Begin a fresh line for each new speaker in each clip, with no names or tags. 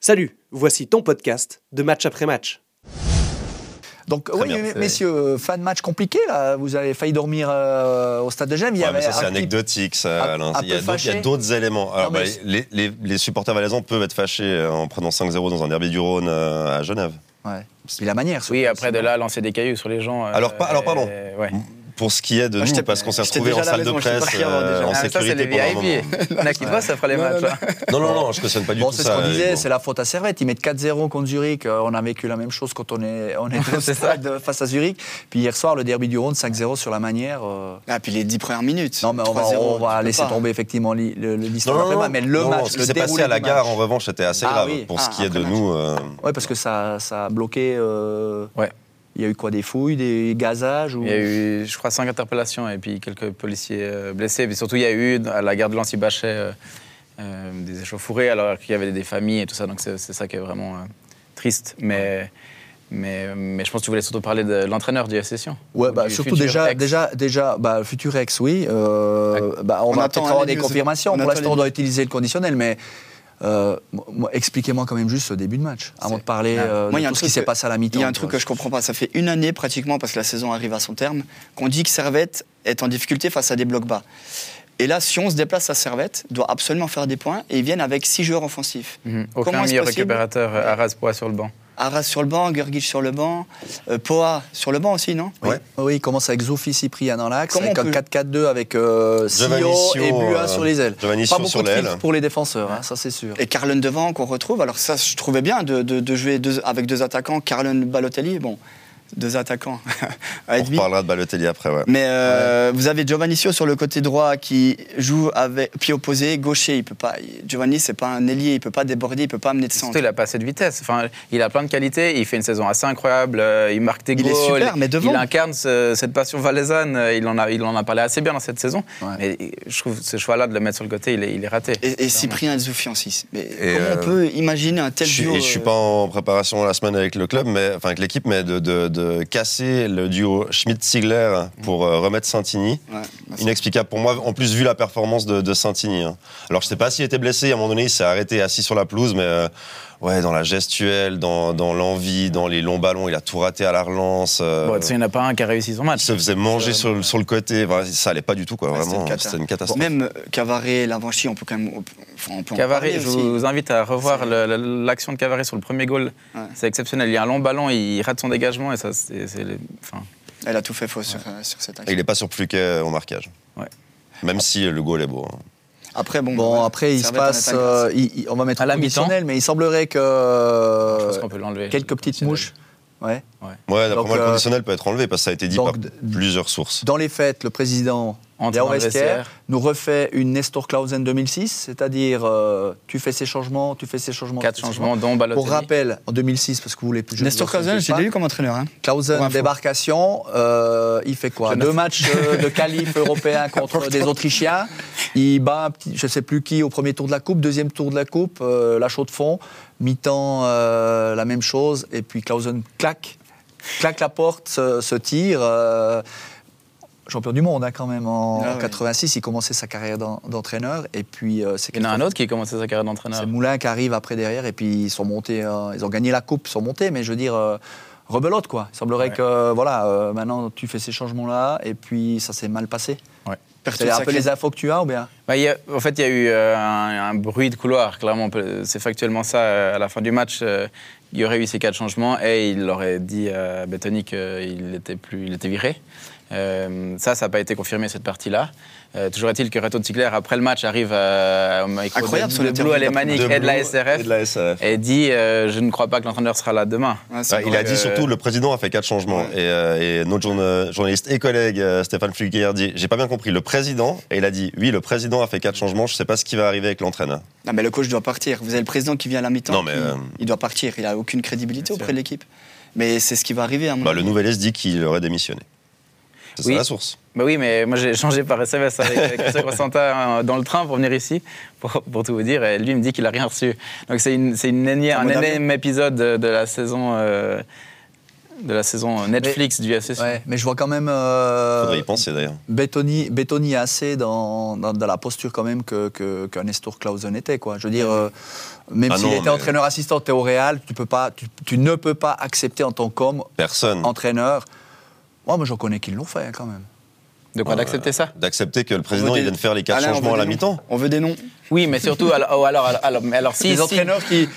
Salut, voici ton podcast de match après match.
Donc
Très
oui,
bien,
mais-
c'est-
messieurs, fin de match compliqué là. Vous avez failli dormir euh, au stade de Gênes. Il y
Ouais,
avait
mais ça, c'est
un petit-
anecdotique,
un-
ça, Alain.
un
Il y a
peu
d'autres- il y a
fâché.
d'autres éléments. Alors,
mais
bah,
c'est-
les, les- les supporters valaisans peuvent être fâchés euh, en prenant 5-0 dans un derby du Rhône euh, à Genève.
Ouais. C'est la manière. surtout.
Oui, après de là, lancer des cailloux sur les gens. euh,
Alors, pas- alors, pardon.
euh, ouais.
Pour ce qui est de
Ah,
nous,
j'étais-
parce qu'on s'est
j'étais
retrouvés
déjà
en
à la
salle de
maison, j'étais
presse,
pas fier avant,
euh,
déjà.
en
Ah, mais ça, c'est les
sécurité pendant un moment.
VIP. Il y en a qui bossent après les
Non,
matchs.
non,
hein.
Non, non, non, je cautionne pas du
Bon,
tout
c'est
ça.
ce qu'on disait,
évidemment.
c'est la faute à Servette. Ils mettent 4-0 contre Zurich. Euh, On a vécu la même chose quand on est, on est au stade euh, face à Zurich. Puis hier soir, le derby du Rhône, 5-0 sur la manière. euh,
Ah, puis les 10 premières minutes.
Non, mais on va,
3-0,
on va
tu peux
laisser
pas.
tomber effectivement li- le- le-
hein. Non,
l'histoire
non, non,
d'après-match. Mais le
non,
match,
ce qui
le
s'est passé
déroulé
à la
du
gare,
match.
en revanche, c'était assez
Ah
grave.
oui.
Pour ce
Ah,
qui est de
après match.
nous, euh,
Oui, parce que ça, ça a bloqué. euh,
Ouais.
Il y a eu quoi Des fouilles, des gazages ou...
Il y a eu, je crois, cinq interpellations et puis quelques policiers euh, blessés. Mais surtout, il y a eu à la gare de Lancy-Bachet euh, euh, des échauffourées alors qu'il y avait des familles et tout ça. Donc c'est c'est ça qui est vraiment euh, triste. Mais, mais, mais je pense que tu voulais surtout parler de l'entraîneur du FC Sion.
Ouais,
Ou
bah,
du
surtout
futur
déjà,
ex.
déjà, déjà, bah, le futur ex, oui. euh, bah, on,
On
va
attend
peut-être
un
avoir des
début,
confirmations.
on
Pour
attend
l'instant, on doit utiliser le conditionnel, mais euh, moi, expliquez-moi quand même juste ce début de match, avant de parler
Ah.
euh,
Moi, il y
de
a un
tout ce
truc
qui s'est
que-
passé à la mi-temps.
Il y a un
tu
truc
vois.
que je comprends pas. Ça fait une année pratiquement, parce que la saison arrive à son terme, qu'on dit que Servette est en difficulté face à des blocs bas. Et là, si on se déplace à Servette, doit absolument faire des points et ils viennent avec six joueurs offensifs.
Mhm.
Comment
Aucun
est-ce
meilleur
possible
récupérateur à Raspois sur le banc.
Arras sur le banc, Gergic sur le banc, euh, Poa sur le banc aussi, non
Oui. Oui, il commence avec Zoufi Cyprien dans l'axe,
Comment
avec
on
un
peut-
4-4-2 avec euh,
Giovanni
Sio
Sio,
et Bua
euh,
sur les ailes.
Giovanni
Pas
Sio
beaucoup
sur
de filtres
l'aile.
pour les défenseurs, hein, ça c'est sûr.
Et Carlen devant qu'on retrouve. Alors ça, je trouvais bien de, de- de jouer deux- avec deux attaquants, Carlen Balotelli, bon, deux attaquants
on
à Edmi.
reparlera de Balotelli après. ouais.
Mais euh, vous avez Giovanni Sio sur le côté droit qui joue avec pied opposé, gaucher. Il peut pas. Giovanni, c'est pas un ailier. Il peut pas déborder. Il peut pas amener de centre.
Surtout, il a pas assez de vitesse. Enfin, il a plein de qualités. Il fait une saison assez incroyable. euh, Il marque des
Il
goals.
est super, mais devant.
Il incarne ce- cette passion valaisanne. euh, Il en a, il en a parlé assez bien dans cette saison.
Ouais.
Mais je trouve ce choix-là de le mettre sur le côté, il est, il est raté.
Et, et Cyprien Zoufi en 6. Mais
Et,
comment
euh,
on peut imaginer un tel
Je suis,
duo
et je suis
euh,
pas en préparation la semaine avec le club, mais enfin avec l'équipe, mais de, de- de casser le duo Schmidt-Sigler pour euh, remettre Santini.
ouais, bah, c'est-
Inexplicable pour moi, en plus vu la performance de, de Saint-Igny. hein. Alors je sais pas s'il était blessé, à un moment donné il s'est arrêté assis sur la pelouse, mais euh, ouais, dans la gestuelle, dans, dans l'envie, dans les longs ballons, il a tout raté à la relance. euh,
Bon, tu sais, il n'y en a pas un qui a réussi son
il
match.
se faisait manger sur, le- sur le côté, Enfin, ça allait pas du tout quoi,
Ouais, c'était
vraiment, hein.
une cata.
c'était une catastrophe.
Même euh, Cavaré, Lavanchi, on peut quand même. on peut- Enfin, on peut en
Cavani,
parler
je
aussi.
vous invite à revoir le- le- l'action de Cavani sur le premier goal.
Ouais.
C'est exceptionnel. Il y a un long ballon, il rate son dégagement et ça, c'est. c'est le- enfin,
Elle a tout fait faux sur, euh, sur cette
Et
action.
il est pas sur Fluquet au marquage.
Ouais.
Même si euh, le goal est beau. hein.
Après, bon.
Bon,
bah,
après, il se
Servette en
passe.
attaque,
euh, il- il- on va mettre
À
un
la
conditionnel, mais il semblerait que.
je
Euh,
pense qu'on peut l'enlever.
quelques petites mouches. Ouais.
Ouais, d'après
Donc,
moi, le
euh,
conditionnel peut être enlevé parce que ça a été dit
donc,
par
d-
plusieurs sources.
Dans les fêtes, le président
Entre
Léon
dans le
Vestiaire
vestiaire.
nous refait une Nestor Clausen 2006, c'est-à-dire euh, tu fais ces changements, tu fais ces changements.
Quatre
tu fais ces
changements, dont Balotelli.
Pour rappel, en 2006, parce que vous voulez plus que je
Nestor
vous en
Clausen,
dise
j'ai
pas,
déjà eu comme entraîneur. hein. Pour
Clausen,
info.
débarcation, euh, il fait quoi
Je ne-
Deux matchs euh, de qualif européen contre des Autrichiens. Il bat, un petit, je ne sais plus qui, au premier tour de la Coupe, deuxième tour de la Coupe, euh, la chaux de fond. Mi-temps, euh, la même chose. Et puis Clausen claque, claque la porte, se, se tire. euh, champion du monde hein, quand même en
Ah ouais.
86. Il commençait sa carrière d'en- d'entraîneur. Et puis euh, c'est
Il y en a un
catastrophique.
autre qui a commencé sa carrière
Ah.
d'entraîneur.
C'est Moulin qui arrive après derrière et puis ils sont montés, euh, ils ont gagné la coupe, ils sont montés, mais je veux dire, euh, rebelote quoi. Il semblerait
Ouais.
que euh, voilà, euh, maintenant tu fais ces changements là et puis ça s'est mal passé.
Pertuis
C'est un peu
sacré.
les infos que tu as ou bien
Bah, il y a- en fait, il y a eu euh, un, un bruit de couloir, clairement. on peut- C'est factuellement ça. euh, À la fin du match, euh, il y aurait eu ces quatre changements et il aurait dit à Bettoni qu'il était, plus- il était viré. Euh, ça, ça n'a pas été confirmé, cette partie-là. Euh, toujours est-il que Reto Ziegler, après le match, arrive à, au micro
Incroyable,
de-
son
de
interview
Blue Alémanique
De
et de la
Blue
SRF
Et de la SRF.
et dit euh, Je ne crois pas que l'entraîneur sera là demain.
Ouais, c'est
Ouais, Ah, il a
Donc,
dit
euh,
surtout le président a fait quatre changements et, euh, et notre journa- journaliste et collègue euh, Stéphane Fluquier a dit j'ai pas bien compris le président et il a dit oui le président a fait quatre changements je sais pas ce qui va arriver avec l'entraîneur
Non, mais le coach doit partir. Vous avez le président qui vient à la mi-temps.
Non, mais,
qui-
euh,
Il doit partir. Il n'a aucune crédibilité auprès de l'équipe. Mais c'est ce qui va arriver à mon
Bah, le
avis.
nouvel S dit qu'il aurait démissionné c'est ça
Oui.
la source
Bah oui, mais moi j'ai échangé par SMS avec Christophe Rossanta euh, dans le train pour venir ici, pour, pour tout vous dire, et lui il me dit qu'il a rien reçu. Donc c'est une, c'est une énième-
Un
un
bon
énième épisode de, de la saison euh, de la saison Netflix du FC.
Ouais, mais je vois quand même. euh,
Faudrait y penser d'ailleurs.
Bettoni, Bettoni est assez dans, dans, dans la posture quand même que, que, qu'un Nestor Clausen était. Quoi. Je veux dire, euh, même
Ah
s'il
non,
était
mais-
entraîneur assistant, t'es au Real, tu, peux pas, tu, tu ne peux pas accepter en tant qu'homme,
Personne.
entraîneur. Moi, moi, j'en connais qui l'ont fait hein, quand même.
De quoi d'accepter ça
D'accepter que le président il
veut des-
vienne faire les quatre
Alain, on
changements
veut
à la
des
mi-temps.
noms. On veut des noms.
Oui, mais surtout, alors, oh, alors, alors, alors, mais alors si,
Les
si-
entraîneurs qui.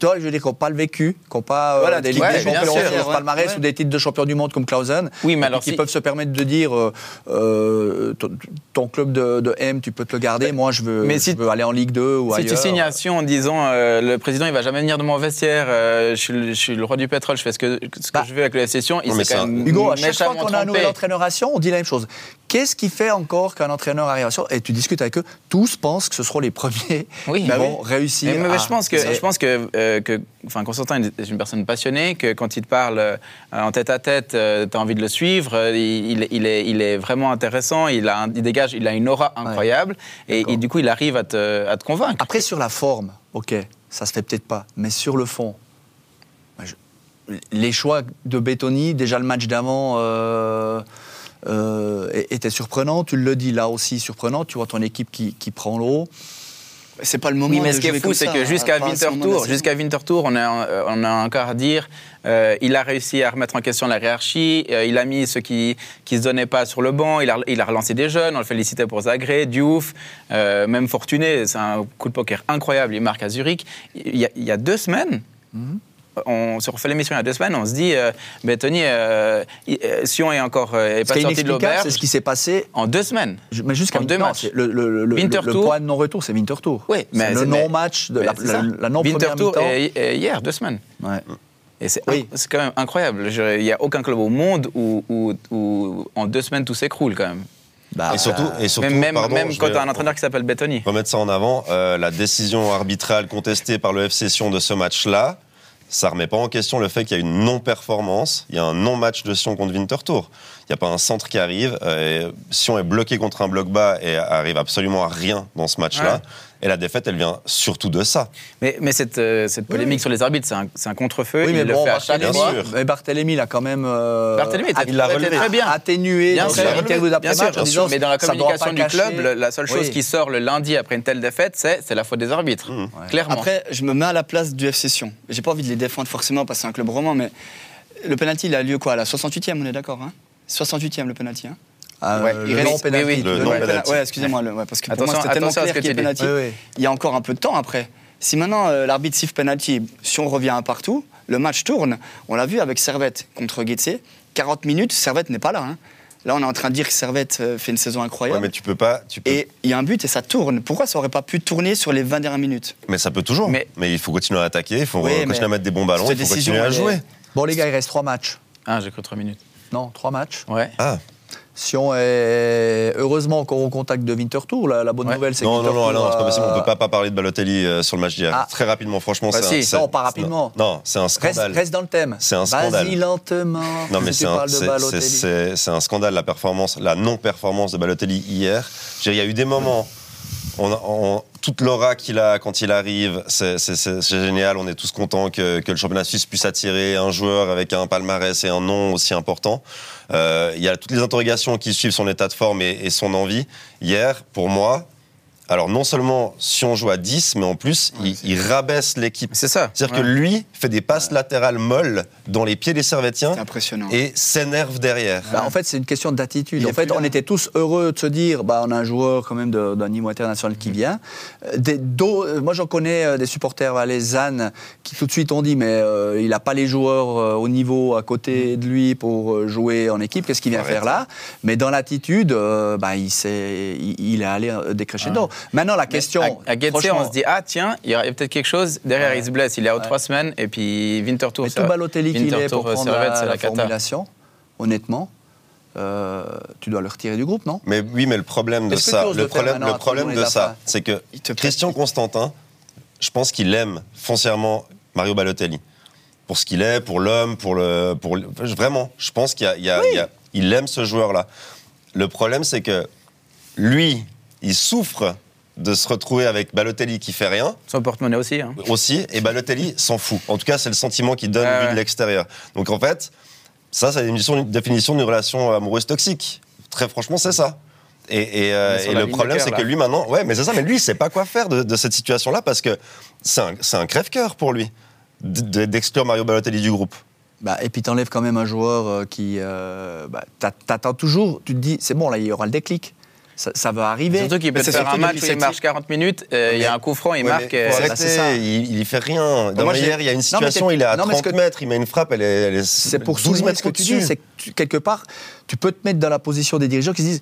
Tu vois, je veux dire, qui n'ont pas le vécu, qui n'ont pas euh,
Voilà,
des
qui-
ligues
ouais,
des champions,
bien sûr,
leur
ouais,
palmarès
ouais.
ou des titres de champion du monde comme Clausen,
Oui, mais
et
alors
qui
si-
peuvent se permettre de dire euh, euh, ton, ton club de, de M, tu peux te le garder, moi je veux,
mais
je
si-
veux aller en Ligue 2 ou
Si
ailleurs.
tu signes à Sion en disant euh, le président il va jamais venir de mon vestiaire, euh, je, suis le, je suis le roi du pétrole, je fais ce que, ce que
Bah.
je veux avec le FC Sion, il
Non, mais
s'est quand
ça-
même
Hugo, à chaque fois
méchamment
qu'on a un nouvel
trompé.
entraîneur à Sion, on dit la même chose. Qu'est-ce qui fait encore qu'un entraîneur arrive à Sion Et tu discutes avec eux, tous pensent que ce seront les premiers
Oui.
qui
Bah
vont
oui.
réussir.
Mais- mais
à-
je pense que,
ah, C'est-
je pense que, euh, que- enfin, Constantin est une personne passionnée, que quand il te parle euh, en tête à tête, tu as envie de le suivre, euh, il, il est, il est vraiment intéressant, il, a un- il dégage, il a une aura incroyable, et- et,
D'accord.
du coup, il arrive à te, à te convaincre.
Après, sur la forme, ok, ça se fait peut-être pas, mais sur le fond, moi, je- les choix de Bettoni, déjà le match d'avant euh, euh, é- était surprenant, tu le dis là aussi surprenant, tu vois ton équipe qui, qui prend l'eau.
C'est pas le moment.
Oui, mais
de
ce qui est
jouer
fou,
comme
c'est
ça, hein.
hein,
que jusqu'à
pas à ce moment de la
Winterthur,
saison.
jusqu'à Winterthur, on a, euh, on a encore à dire, euh, il a réussi à remettre en question la hiérarchie, euh, il a mis ceux qui qui se donnaient pas sur le banc, il a, il a relancé des jeunes, on le félicitait pour Zagré, Diouf, euh, même Fortuné, c'est un coup de poker incroyable, il marque à Zurich. Il y a, il y a deux semaines.
Mhm.
On se refait l'émission il y a deux semaines, on se dit, euh, ben, Tony, euh, il- euh, Sion est encore euh, est
Ce
pas
qui est
sorti de
inexplicable,
l'auberge
c'est ce qui s'est passé.
en deux semaines.
je- Mais jusqu'à
En deux
non,
matchs.
c'est Le, le- le- le-
Winterthur.
le point de non-retour, c'est Winterthur.
Oui,
C'est
mais-
le
mais-
non-match, de la,
Mais c'est ça.
la- la non-première
Winterthur
mi-temps.
et- et hier, deux semaines.
Ouais.
Et c'est
Oui.
c'est quand même incroyable. Je- Il n'y a aucun club au monde où, où- où en deux semaines tout s'écroule quand même.
Bah,
Et surtout, et surtout
même même,
pardon,
même
je
quand
vais
tu as un entraîneur qui s'appelle Bettoni.
Remettre ça en avant, euh, la décision arbitrale contestée par le FC Sion de ce match-là, ça remet pas en question le fait qu'il y a une non-performance, il y a un non-match de Sion contre Winterthur. Il n'y a pas un centre qui arrive. euh, et Sion est bloqué contre un bloc bas et arrive absolument à rien dans ce match-là.
Ouais.
Et la défaite, elle vient surtout de ça.
Mais, mais cette, euh, cette polémique sur les arbitres, c'est un, c'est un contre-feu.
Oui,
il
mais
le
bon,
fait à chaque
Barthélémy,
fois.
Bien sûr.
mais Barthélémy, il a quand même. euh,
Barthélemy était-
a-
il l'a
a-
relevé. Très bien.
Atténué
Bien
dans
sûr,
son interview
bien
d'après-match
sûr,
en disant,
mais dans la
ça doit pas
communication du
cacher-
club, le- la seule chose
Oui. Mmh.
qui sort le lundi après une telle défaite, c'est c'est la faute des arbitres. Clairement.
Après, je me mets à la place du FC Sion. J'ai pas envie de les défendre forcément parce que c'est un club roman, mais le penalty, il a lieu quoi À la 68e, on est d'accord hein 68e le penalty. Hein
Ah,
Ouais,
euh,
il
le
reste-
non pénalty.
oui, oui.
Le non
ouais,
penalty.
pena- ouais, excusez-moi, le- ouais, parce que pour
Attention-
moi c'était tellement
attention à ce
clair
que
qu'il y a
tu dis.
penalty.
Oui, oui.
Il y a encore un peu de temps après. Si maintenant euh, l'arbitre siffle penalty, si on revient à partout, le match tourne. On l'a vu avec Servette contre Guetze. 40 minutes, Servette n'est pas là. hein. Là, on est en train de dire que Servette euh, fait une saison
Ouais,
incroyable.
mais tu peux pas. Tu peux-
Et il y a un but et ça tourne. Pourquoi ça aurait pas pu tourner sur les 20 dernières minutes
mais ça peut toujours.
Mais-
Mais... il faut continuer à attaquer, il faut
Oui,
continuer
mais
à mettre des bons ballons,
cette
il faut
décision,
continuer à
elle est-
jouer.
Bon, les gars, il reste trois matchs.
Ah, j'ai cru trois minutes.
Non, trois matchs.
Ouais.
Ah,
Sion est heureusement encore au contact de Winterthur. La, la bonne
Ouais.
nouvelle, c'est que
non, non, non,
Winterthur,
Alain, c'est pas possible, on
euh,
peut pas, pas parler de Balotelli euh, sur le match d'hier.
Ah.
Très rapidement, franchement,
Bah
c'est
si.
un. c'est-
Non, pas
c'est-
rapidement.
Non, c'est un
Reste,
scandale.
reste dans le thème.
C'est un scandale.
Vas-y lentement.
Non, mais
si
c'est
tu
un,
parles de
c'est- c'est-
Balotelli.
c'est- c'est un scandale, la performance, la non-performance de Balotelli hier. Je veux dire, Il y a eu des moments, on, a- on- toute l'aura qu'il a quand il arrive, c'est c'est- c'est- c'est génial, on est tous contents que, que le championnat suisse puisse attirer un joueur avec un palmarès et un nom aussi important. Euh, il y a toutes les interrogations qui suivent son état de forme et, et son envie. Hier, pour moi, alors non seulement si on joue à 10, mais en plus, il- il, rabaisse l'équipe.
C'est ça.
C'est-à-dire
Ouais.
que lui fait des passes latérales molles dans les pieds des Servetiens
C'est impressionnant.
et s'énerve derrière.
Bah, en fait, c'est une question d'attitude.
Il
En
est
fait,
plus
on
là.
était tous heureux de se dire, bah, on a un joueur quand même de- d'un niveau international
Mhm.
qui vient. Euh, Des, d'au- euh, moi, j'en connais euh, des supporters valaisanes qui tout de suite ont dit, mais euh, il n'a pas les joueurs euh, au niveau à côté
Mhm.
de lui pour euh, jouer en équipe. Qu'est-ce qu'il vient
Arrête.
faire là Mais dans l'attitude, euh, bah, il, s'est- il, il est allé euh, décrescendo.
Ah.
Maintenant, la question.
À, à Getse,
franchement,
on se dit ah tiens, il y a peut-être quelque chose. Derrière, il se blesse, il est out trois semaines, et puis Winterthur.
Mais
c'est-
tout Balotelli qu'il est pour
Winterthur,
prendre
Euh, Servette,
la,
c'est
la
cata.
formulation, honnêtement, euh, tu dois le retirer du groupe, non
Mais oui, mais le problème de
Est-ce que
ça,
tu oses
le
le faire
problème,
maintenant
le
Attends, on
problème
les
de
a
ça,
pas.
c'est que
Il te-
Christian Constantin, je pense qu'il aime foncièrement Mario Balotelli pour ce qu'il est, pour l'homme, pour le, pour le- enfin, vraiment, je pense qu'il y a- il y a- il y a- il aime ce joueur-là. Le problème, c'est que lui, il souffre de se retrouver avec Balotelli qui fait rien
Son porte-monnaie aussi. hein.
ben, aussi, et Balotelli s'en fout. En tout cas, c'est le sentiment qu'il donne
Ah
vu
ouais.
de l'extérieur. Donc en fait, Ça, c'est une définition- une définition d'une relation amoureuse toxique. Très franchement, c'est ça. Et, et, euh,
On est sur
et
la
le
ligne de
problème,
cœur,
c'est
là.
que lui maintenant, ouais, mais c'est ça, mais lui, il sait pas quoi faire de, de cette situation-là parce que c'est un, c'est un crève-cœur pour lui d- d- d'exclure Mario Balotelli du groupe.
Bah, et puis t'enlèves quand même un joueur euh, qui. euh, bah, t'a- T'attends toujours, tu te dis, c'est bon, là, il y aura le déclic. Ça, ça va arriver.
Surtout qu'il peut
Mais c'est
faire
surtout
un match où il
Dolisetti.
marche 40 minutes, euh, il y a
Mais-
un coup franc, il
Ouais,
marque.
mais
euh,
faut
bah,
arrêter,
c'est ça.
il, il y fait rien. Dans
moi,
le
j'ai-
hier, il y a une
Non, mais
situation,
c'est-
il est à
non, mais ce
30
que-
mètres, il met une frappe, elle est, elle est
C'est pour
12
souligner
mètres
ce que tu dis,
au-dessus.
c'est que tu- quelque part, tu peux te mettre dans la position des dirigeants qui se disent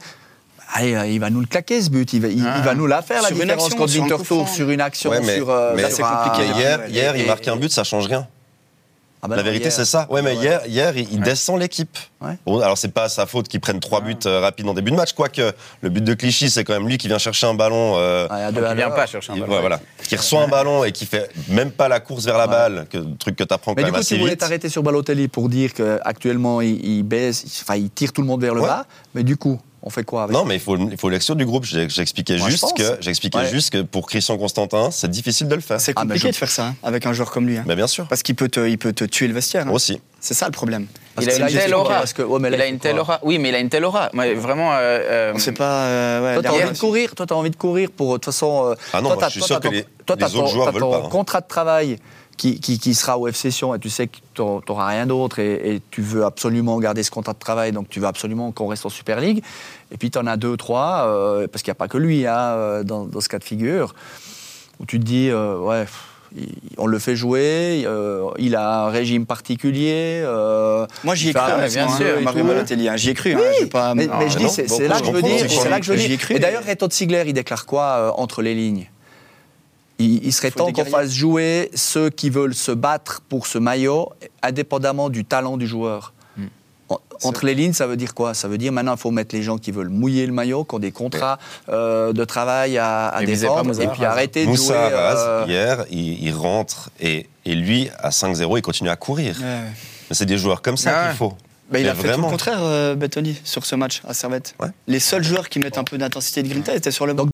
Allez, euh, il va nous le claquer ce but, il va, il,
Ah.
il va nous la faire la
Sur une
différence
action,
contre
sur un coup
Winterthur,
franc.
sur une action,
Ouais, mais-
sur. euh,
mais-
sur
Là,
c'est
un-
compliqué.
Et hier,
Ouais.
hier,
Et-
il marque un but, ça change rien.
Ah bah
la
non,
vérité,
hier-
c'est ça. Ouais, mais
Ouais.
hier, hier, il il
Ouais.
descend l'équipe.
Ouais.
Bon, alors, c'est pas à sa faute qu'ils prennent trois buts euh, rapides en début de match, quoique le but de Clichy, c'est quand même lui qui vient chercher un ballon. euh,
Ouais, à deux
Donc,
à
Ah, il vient
l'heure.
pas chercher un
il-
ballon.
ouais, voilà, qui reçoit un ballon et qui fait même pas la course vers la
Ouais.
balle, que, truc que t'apprends quand
Mais du
même
coup,
assez
tu voulais
Ah bah, vite.
t'arrêter sur Balotelli pour dire qu'actuellement, il, il baisse, il- enfin, il tire tout le monde vers le
Ouais.
bas. Mais du coup, on fait quoi avec
Non, mais il faut, il faut l'exclure du groupe. J'ai- J'expliquais
Moi, je
juste
pense.
que, j'expliquais
Ouais.
juste que pour Christian Constantin, c'est difficile de le faire.
C'est
Ah, mais
compliqué
je-
de faire ça hein, avec un joueur comme lui. hein.
Mais bien sûr,
Parce qu'il peut, te- il peut te tuer le vestiaire. hein.
aussi.
C'est ça le problème.
Parce
Il a
que
une
là, il
telle
est-
aura.
parce que- ouais, mais là,
il a
faut
une telle
quoi
aura. Oui, mais il a une telle aura. Moi, vraiment. euh, euh,
On sait pas. euh, ouais,
Toi, t'as
derrière-
envie de courir. Toi, t'as envie de courir pour. De toute façon. euh,
Ah non,
toi,
moi,
t'as-
je suis
toi,
sûr
t'as
que
ton-
les-
toi,
les
t'as
autres
ton-
joueurs
t'as
veulent
ton
pas, hein.
contrat de travail qui, qui, qui sera au FC Sion et tu sais que t'auras t'auras rien d'autre et, et tu veux absolument garder ce contrat de travail, donc tu veux absolument qu'on reste en Super League. Et puis, t'en as deux, trois, euh, parce qu'il n'y a pas que lui hein, euh, dans, dans ce cas de figure, où tu te dis, euh, ouais. pff, il- On le fait jouer, euh, il a un régime particulier. euh,
Moi, j'y ai
il fait
cru,
un-
mais
honnêtement,
Ah, bien
hein,
sûr, Ah, et
Mario
tout.
Balotelli. hein, J'y ai cru. hein, j'ai pas-
mais,
non,
mais je
mais
dis,
non,
c'est
bon,
c'est là
je
que je veux
comprends,
dire.
je
C'est là que je veux
comprends. J'y ai
dire. Et
cru, mais-
d'ailleurs, Reto Ziegler, il déclare quoi euh, entre les lignes il, il serait
Faut
temps
des
qu'on
guerriers.
fasse jouer ceux qui veulent se battre pour ce maillot, indépendamment du talent du joueur.
Hmm.
En- Entre les lignes, ça veut dire quoi Ça veut dire maintenant, il faut mettre les gens qui veulent mouiller le maillot, qui ont des contrats euh, de travail à, à
Et visez pas
défendre,
Moussa
et puis
Arras.
arrêter de jouer.
Moussa Arras,
euh,
hier, il, il rentre et, et lui, à 5-0, il continue à courir.
Ouais, ouais.
Mais c'est des joueurs comme ça
Ah ouais.
qu'il faut.
Bah, il
Mais
a fait tout
vraiment.
le contraire, euh, Bettoni, sur ce match à Servette.
Ouais.
Les seuls joueurs qui mettent un peu d'intensité et de grinta étaient sur le banc.
Donc